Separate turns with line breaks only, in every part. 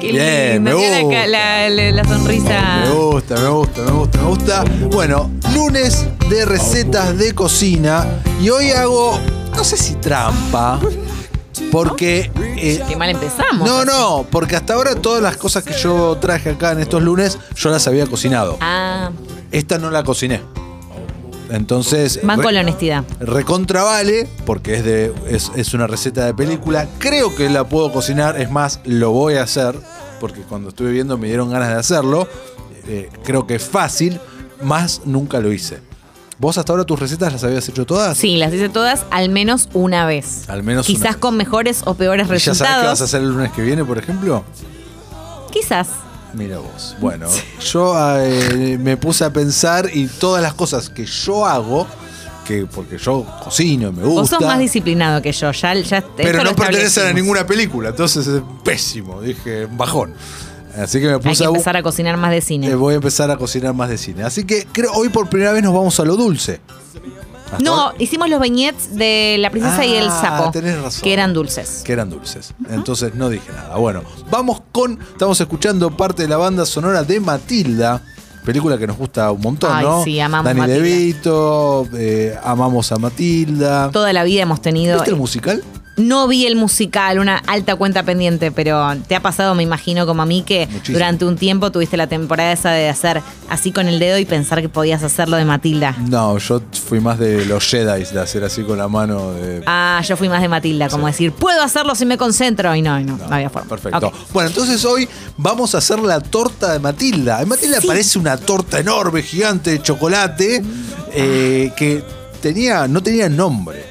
Qué
Bien,
lindo.
me
Tiene
gusta.
acá La, la- la sonrisa.
Me gusta, me gusta, me gusta, me gusta. Bueno, lunes de recetas de cocina. Y hoy hago, no sé si trampa, porque... eh,
Qué mal empezamos.
no, no, porque hasta ahora todas las cosas que yo traje acá en estos lunes, yo las había cocinado.
Ah,
Esta no la cociné. Entonces...
van
re-
con la honestidad.
Recontra vale, porque es, de, es, es una receta de película. Creo que la puedo cocinar, es más, lo voy a hacer, porque cuando estuve viendo me dieron ganas de hacerlo. Eh, creo que es fácil, más nunca lo hice. ¿Vos hasta ahora tus recetas las habías hecho todas?
Sí, las hice todas al menos una vez.
Al menos una
Quizás
vez.
con mejores o peores
¿Y ya sabes qué vas a
resultados.
hacer el lunes que viene, por ejemplo?
Quizás.
Mira vos. Bueno, yo eh, me puse a pensar y todas las cosas que yo hago, que porque yo cocino, y me gusta.
Vos sos más disciplinado que yo. Ya, ya esto
Pero
lo
no pertenecen a
establecimos.
ninguna película, entonces es pésimo, dije, bajón. Así que me
Hay
puse
que
a, bu-
empezar a cocinar más de cine.
eh, voy a empezar a cocinar más de cine. Así que creo hoy por primera vez nos vamos a lo dulce. Hasta
No,
ahora-
hicimos los beignets de la princesa y el
Ah,
sapo.
tenés razón.
Que eran dulces.
que eran dulces. Entonces no dije nada. Bueno, vamos con estamos escuchando parte de la banda sonora de Matilda. Película que nos gusta un montón,
Ay,
¿no?
sí, amamos
Dani
Matilda.
DeVito, eh, amamos a Matilda.
Toda la vida hemos tenido.
¿Viste el musical?
No vi el musical, una alta cuenta pendiente, pero te ha pasado, me imagino, como a mí, que
Muchísimo.
durante un tiempo tuviste la temporada esa de hacer así con el dedo y pensar que podías hacerlo de Matilda.
No, yo fui más de los Jedi, de hacer así con la mano de
Ah, yo fui más de Matilda, como decir, puedo hacerlo si me concentro. Y no, y no, no, había forma.
Perfecto.
Ok.
Bueno, entonces hoy vamos a hacer la torta de Matilda. A Matilda
Sí. Mm.
parece una torta enorme, gigante, de chocolate, eh, que tenía, no tenía nombre.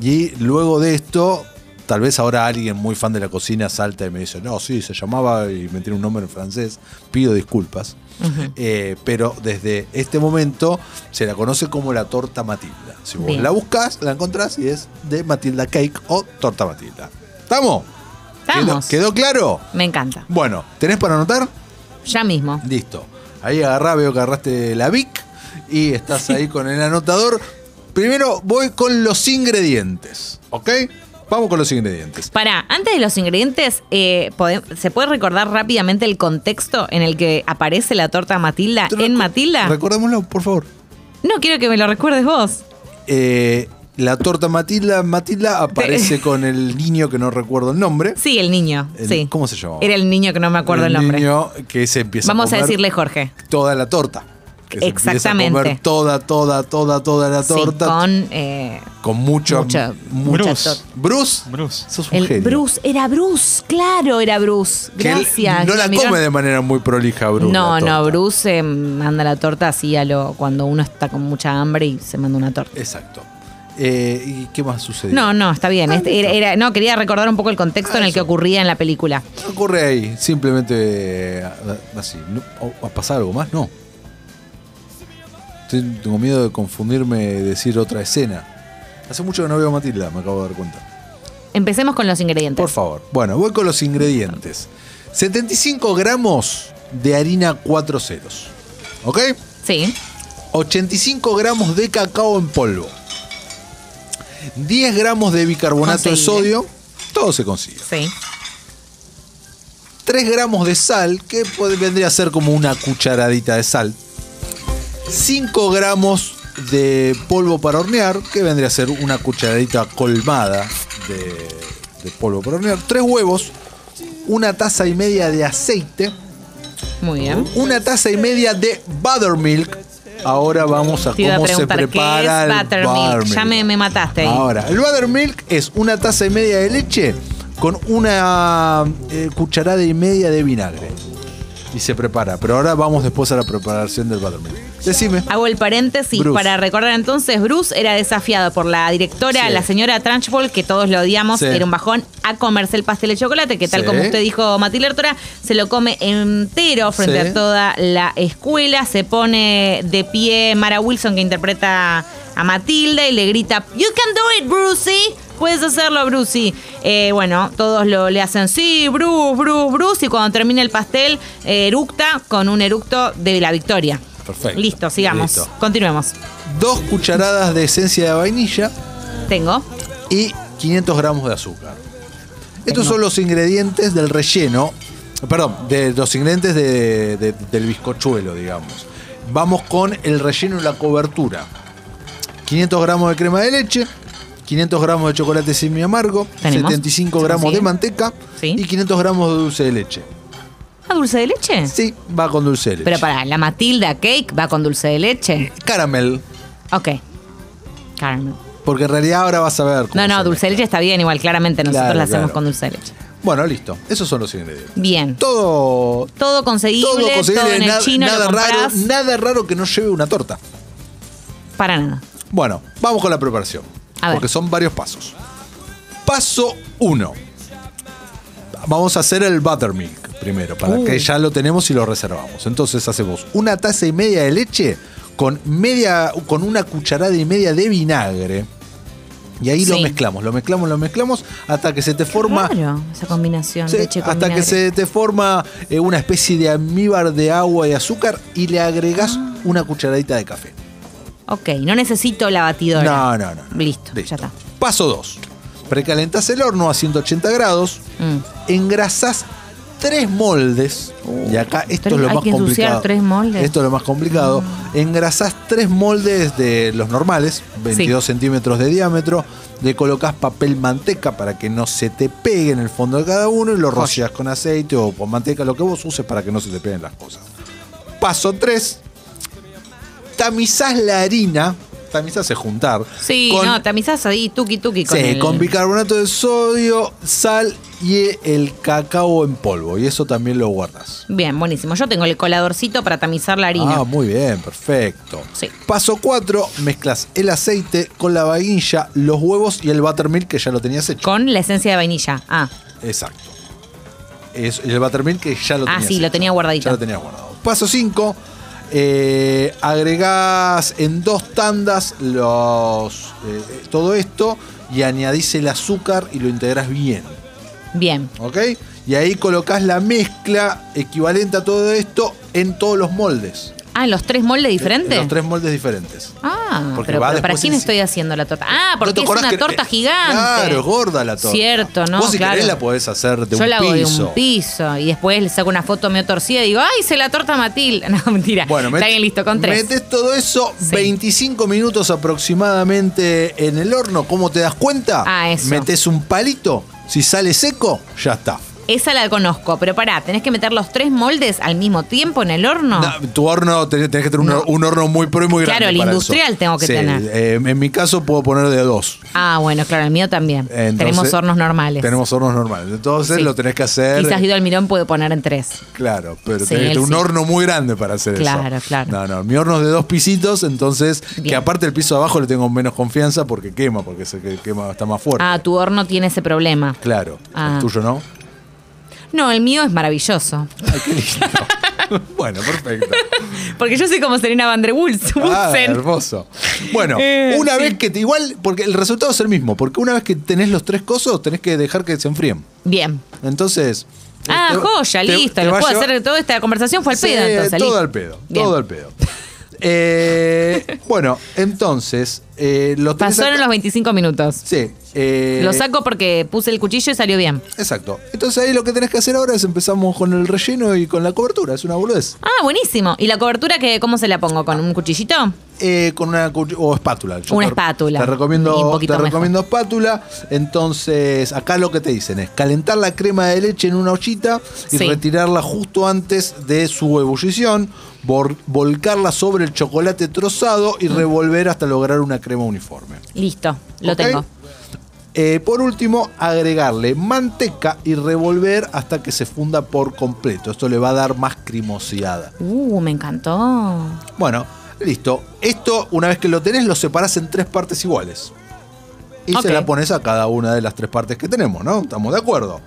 Y luego de esto, tal vez ahora alguien muy fan de la cocina salta y me dice, no, sí, se llamaba y me tiene un nombre en francés. Pido disculpas. Eh, pero desde este momento se la conoce como la torta Matilda. Si vos
Bien.
la buscas, la encontrás y es de Matilda Cake o torta Matilda. ¿Estamos?
Estamos.
¿Quedó, quedó claro?
Me encanta.
Bueno, ¿tenés para anotar?
Ya mismo.
Listo. Ahí agarrá, veo que agarraste la VIC y estás ahí con el anotador. Primero voy con los ingredientes, ¿ok? Vamos con los ingredientes.
Para, antes de los ingredientes, eh, pode- ¿se puede recordar rápidamente el contexto en el que aparece la torta Matilda Ah, en
Recu-
Matilda?
Recordémoslo, por favor.
No quiero que me lo recuerdes vos.
Eh, la torta Matilda, Matilda aparece con el niño que no recuerdo el nombre.
Sí, el niño.
El-
sí.
¿cómo se llamaba?
Era el niño que no me acuerdo el, nombre.
niño que se empieza
Vamos a
comer
decirle Jorge.
toda la torta. Que se empieza a
Exactamente.
comer toda, toda, toda, toda la
Sí,
torta.
con eh,
con mucho,
Mucha-
mucha
Bruce.
tor- Bruce.
Bruce.
Sos un
el
genio.
Bruce. Era Bruce, claro, era Bruce.
Que él
Gracias.
no la
Guillermo
come
Mirón.
de manera muy prolija, Bruce.
No,
la torta.
no, Bruce eh, manda la torta así a lo cuando uno está con mucha hambre y se manda una torta.
Exacto. Eh, ¿Y qué más sucedió?
No, no, está bien. Este era- era- no, quería recordar un poco el contexto
Ah,
en el que
eso.
ocurría en la película.
¿Qué ocurre ahí? Simplemente eh, así. ¿No? ¿O- ¿Va a pasar algo más? No. Estoy- Tengo miedo de confundirme y decir otra escena. Hace mucho que no veo a Matilda, me acabo de dar cuenta.
Empecemos con los ingredientes.
Por favor. Bueno, voy con los ingredientes. 75 gramos de harina 4 ceros. ¿Ok?
Sí.
85 gramos de cacao en polvo. 10 gramos de bicarbonato de
Conseguible.
sodio. Todo se consigue.
Sí.
3 gramos de sal, que pod- vendría a ser como una cucharadita de sal. 5 gramos de polvo para hornear, que vendría a ser una cucharadita colmada de, de polvo para hornear. 3 huevos. Una taza y media de aceite.
Muy bien.
una taza y media de buttermilk. Ahora vamos a
Te iba a
cómo se
preguntar
prepara
qué es
el
buttermilk. Ya me, me mataste ahí.
Ahora, el buttermilk es una taza y media de leche con una eh, cucharada y media de vinagre. Y se prepara. Pero ahora vamos después a la preparación del buttermilk. Decime.
Hago el paréntesis
Bruce.
para recordar entonces, Bruce era desafiado por la directora,
Sí.
la señora Trunchbull, que todos lo odiamos,
Sí.
era un bajón, a comerse el pastel de chocolate, que tal
Sí.
como usted dijo Matilde Lertora, se lo come entero frente
Sí.
a toda la escuela, se pone de pie Mara Wilson que interpreta a Matilda y le grita, You can do it, Brucey. Puedes hacerlo, Brucey. Eh, bueno, todos lo, le hacen, sí, Bruce, Bruce, Bruce. Y cuando termina el pastel, eh, eructa con un eructo de la victoria.
Perfecto.
Listo, sigamos.
Listo.
Continuemos.
Dos cucharadas de esencia de vainilla
Tengo.
y 500 gramos de azúcar. Estos son los ingredientes del relleno Perdón, de los ingredientes de- de- del bizcochuelo, digamos. Vamos con el relleno y la cobertura. 500 gramos de crema de leche, 500 gramos de chocolate semi amargo,
Tenemos.
75
¿Se
gramos de
consigue?
manteca
Sí.
y 500 gramos de dulce de leche.
¿A dulce de leche?
Sí, va con dulce de leche.
Pero para la Matilda Cake va con dulce de leche.
Caramel,
Ok. Caramel.
porque en realidad ahora vas a ver. cómo
No, no,
se
dulce de leche está bien, igual claramente nosotros
Claro,
la hacemos
claro.
con dulce de leche.
mezcla. Bueno, listo. Esos son los ingredientes.
Bien.
Todo.
Todo conseguible, todo,
Todo conseguible,
en el
nada,
chino,
nada
lo
raro,
comprás.
nada raro que no lleve una torta.
Para nada.
Bueno, vamos con la preparación.
A ver.
Porque son varios pasos. Paso 1. Vamos a hacer el buttermilk primero, para
Uh.
que ya lo tenemos y lo reservamos. Entonces hacemos una taza y media de leche con media con una cucharada y media de vinagre. Y ahí lo
Sí. Ah,
mezclamos, lo mezclamos, lo mezclamos hasta que se te forma
Claro, esa combinación
Sí,
leche con
hasta que
vinagre.
se te forma eh, una especie de almíbar de agua y azúcar y le agregás
Ah.
una cucharadita de café.
Ok, no necesito la batidora.
No, no, no. no.
Listo, ya está.
Paso 2. Precalentás el horno a 180 grados,
Mm.
engrasás tres moldes, y acá esto
Uh, tres-
es lo
hay
más
que ensuciar
complicado.
tres moldes. Mm.
Esto es lo más complicado. Engrasás tres moldes de los normales, 22 centímetros de diámetro, le colocas papel manteca para que no se te pegue en el fondo de cada uno y lo rocias con aceite o con manteca, lo que vos uses para que no se te peguen las cosas. Paso 3. Tamizás la harina. Tamizás es juntar.
Sí,
con-
no, tamizás ahí, tuki tuki con
sí,
el-
con bicarbonato de sodio, sal y el cacao en polvo. Y eso también lo guardas.
Bien, buenísimo. Yo tengo el coladorcito para tamizar la harina.
Ah, muy bien, perfecto.
Sí.
Paso 4, mezclas el aceite con la vainilla, los huevos y el buttermilk que ya lo tenías hecho.
Con la esencia de vainilla. Ah,
Exacto. Es el buttermilk que ya lo
Ah,
tenías
sí, lo
hecho.
tenía guardadito.
Ya lo tenías guardado. Paso 5, eh, agregás en dos tandas los, eh, todo esto y añadís el azúcar y lo integrás bien.
bien.
¿ok? Y ahí colocas la mezcla equivalente a todo esto en todos los moldes.
Ah, ¿en los tres moldes diferentes?
En los tres moldes diferentes.
Ah,
Porque
pero,
va
pero ¿para
después
quién
en-
estoy haciendo la torta? Ah,
¿No te
porque es
acordás
una
que-
torta
eh,
gigante.
Claro, es gorda la torta.
Cierto, ¿no?
Vos si
Claro.
querés la podés hacer de
Yo
un
la hago de
piso.
un piso y después le saco una foto medio torcida y digo, ¡ay, se la torta a Matilda! No, mentira.
Bueno,
Está bien listo, con tres.
metés todo eso
Sí.
25 minutos aproximadamente en el horno. ¿Cómo te das cuenta?
Ah, eso.
Metes un palito. Si sale seco, ya está.
Esa la conozco, pero pará, ¿tenés que meter los tres moldes al mismo tiempo en el horno?
Na- tu horno, tenés, tenés que tener un,
Ah. No.
hor- un horno muy pro y muy
Claro,
grande.
el
para eso.
industrial tengo que
Sí,
tener.
eh, en mi caso puedo poner de dos.
Ah, bueno, claro, el mío también.
Entonces,
tenemos hornos normales.
Tenemos hornos normales. Entonces
Sí.
lo tenés que hacer.
Quizás Guido Almirón puede poner en tres.
Claro, pero
Sí,
tenés que
él
tener un
sí.
horno muy grande para hacer
Claro,
eso.
claro.
No, no. Mi horno es de dos pisitos, entonces, que
Bien.
aparte el piso de abajo le tengo menos confianza porque quema, porque se que quema está más fuerte.
Ah, tu horno tiene ese problema.
Claro.
Ah.
El tuyo no.
No, el mío es maravilloso.
Ay, qué lindo. bueno, perfecto.
Porque yo soy como Serena Van der Wols-
Ah,
Woodsen.
hermoso. Bueno,
Eh,
una
sí.
vez que te- igual, porque el resultado es el mismo, porque una vez que tenés los tres cosos, tenés que dejar que se enfríen.
Bien.
Entonces.
Ah,
te-
joya,
te-
listo.
te
Lo
va a
puedo
llevar-
hacer toda esta conversación fue al
Sí,
pedo, entonces.
Todo
listo.
al pedo,
Bien.
todo al pedo. Eh, bueno, entonces, eh, los tenés
Pasaron
acá-
los 25 minutos.
Sí. eh,
Lo saco porque puse el cuchillo y salió bien.
Exacto. Entonces ahí lo que tenés que hacer ahora es empezamos con el relleno y con la cobertura. Es una boludez.
Ah, buenísimo. ¿Y la cobertura que cómo se la pongo? ¿Con un cuchillito?
Eh, con una cuch- o espátula. Yo
Una
te-
espátula.
Te
Y un
recomiendo,
poquito
te
mejor.
recomiendo espátula. Entonces, acá lo que te dicen es calentar la crema de leche en una ollita y
Sí.
retirarla justo antes de su ebullición, bor- volcarla sobre el chocolate trozado y revolver hasta lograr una crema uniforme.
Listo, Mm. lo
¿Ok?
tengo.
Eh, por último, agregarle manteca y revolver hasta que se funda por completo. Esto le va a dar más cremosidad.
Uh, me encantó.
Bueno, listo. Esto, una vez que lo tenés, lo separás en tres partes iguales. Y
Ok.
se la pones a cada una de las tres partes que tenemos, ¿no? Estamos de acuerdo.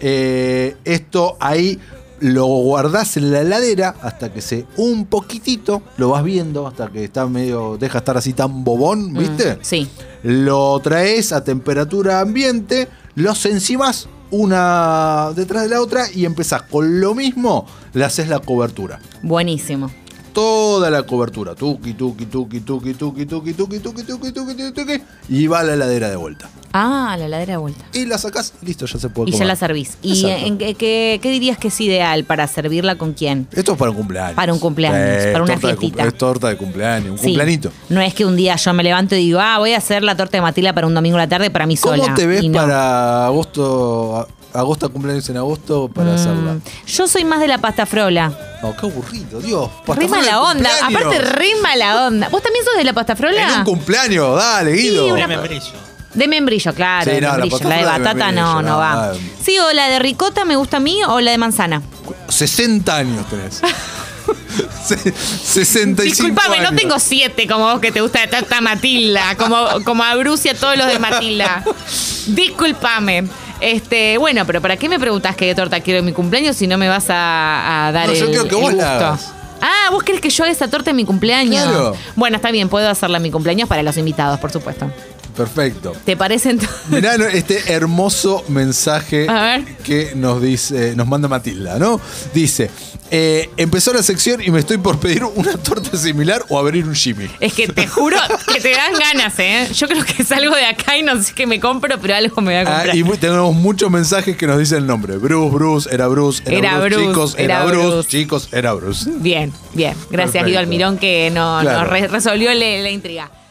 Eh, esto ahí lo guardás en la heladera hasta que se un poquitito, lo vas viendo hasta que está medio, deja estar así tan bobón, ¿viste?
Mm, sí.
Lo traes a temperatura ambiente, los encimas una detrás de la otra y empezás con lo mismo, le haces la cobertura.
Buenísimo.
Toda la cobertura. Tuki, tuki, tuki, tuki, tuki, tuki, tuki, tuki, tuki, tuki, tuki, tuki, tuki. Y va a la heladera de vuelta.
Ah, la heladera de vuelta.
Y la sacás y listo, ya se puede
Y ya
comer.
la servís. ¿Y
Exacto.
en qué- qué, qué dirías que es ideal para servirla con quién?
Esto es para un cumpleaños.
Para un cumpleaños, para
es
una
torta de cum-
fiestita.
es torta de cumpleaños, un
Sí.
cumpleañito.
No es que un día yo me levanto y digo, ah, voy a hacer la torta de Matila para un domingo a la tarde para mí
¿Cómo
sola.
te ves
Y no. Mm,
para agosto, a- agosto cumpleaños en agosto para
Mm.
hacerla?
Yo soy más de la pasta frola.
No, qué aburrido, Dios.
Re
Rima
mala onda. Aparte, re mala onda. ¿Vos también sos de la pasta
En
frola?
un cumpleaños, dale, Guido.
Sí, una-
Deme brillo.
De membrillo, claro.
Sí,
de
no, la
membrillo.
pasta
La, de
frola de
batata
membrillo,
no, no
no,
va.
no.
Sí, o la de ricota me gusta a mí o la de manzana.
60 años tenés. Se- 65
Disculpame,
años.
no tengo siete como vos que te gusta de tanta Matilda, como, como a Bruce y a todos los de Matilda. Disculpame. Este, bueno, pero ¿para qué me preguntás qué torta quiero en mi cumpleaños si no me vas a, a dar
No, yo
el,
quiero que
el
vos la
gusto?
hagas.
Ah, vos querés que yo haga esa torta en mi cumpleaños.
Claro.
Bueno, está bien, puedo hacerla en mi cumpleaños para los invitados, por supuesto.
Perfecto.
¿Te parece entonces?
Mirá no, este hermoso mensaje
A ver.
que nos dice, nos manda Matilda, ¿no? Dice, eh, empezó la sección y me estoy por pedir una torta similar o abrir un Jimmy.
Es que te juro que te dan ganas, ¿eh? Yo creo que salgo de acá y no sé qué me compro, pero algo me voy a comprar.
Ah, y mu- tenemos muchos mensajes que nos dicen el nombre. Bruce, Bruce, era Bruce, era,
Era
Bruce,
Bruce,
chicos, era,
era
Bruce,
Bruce.
chicos, era Bruce.
Bien, bien. Gracias,
Perfecto.
Guido Almirón, que no-
Claro.
nos re- resolvió le- la intriga.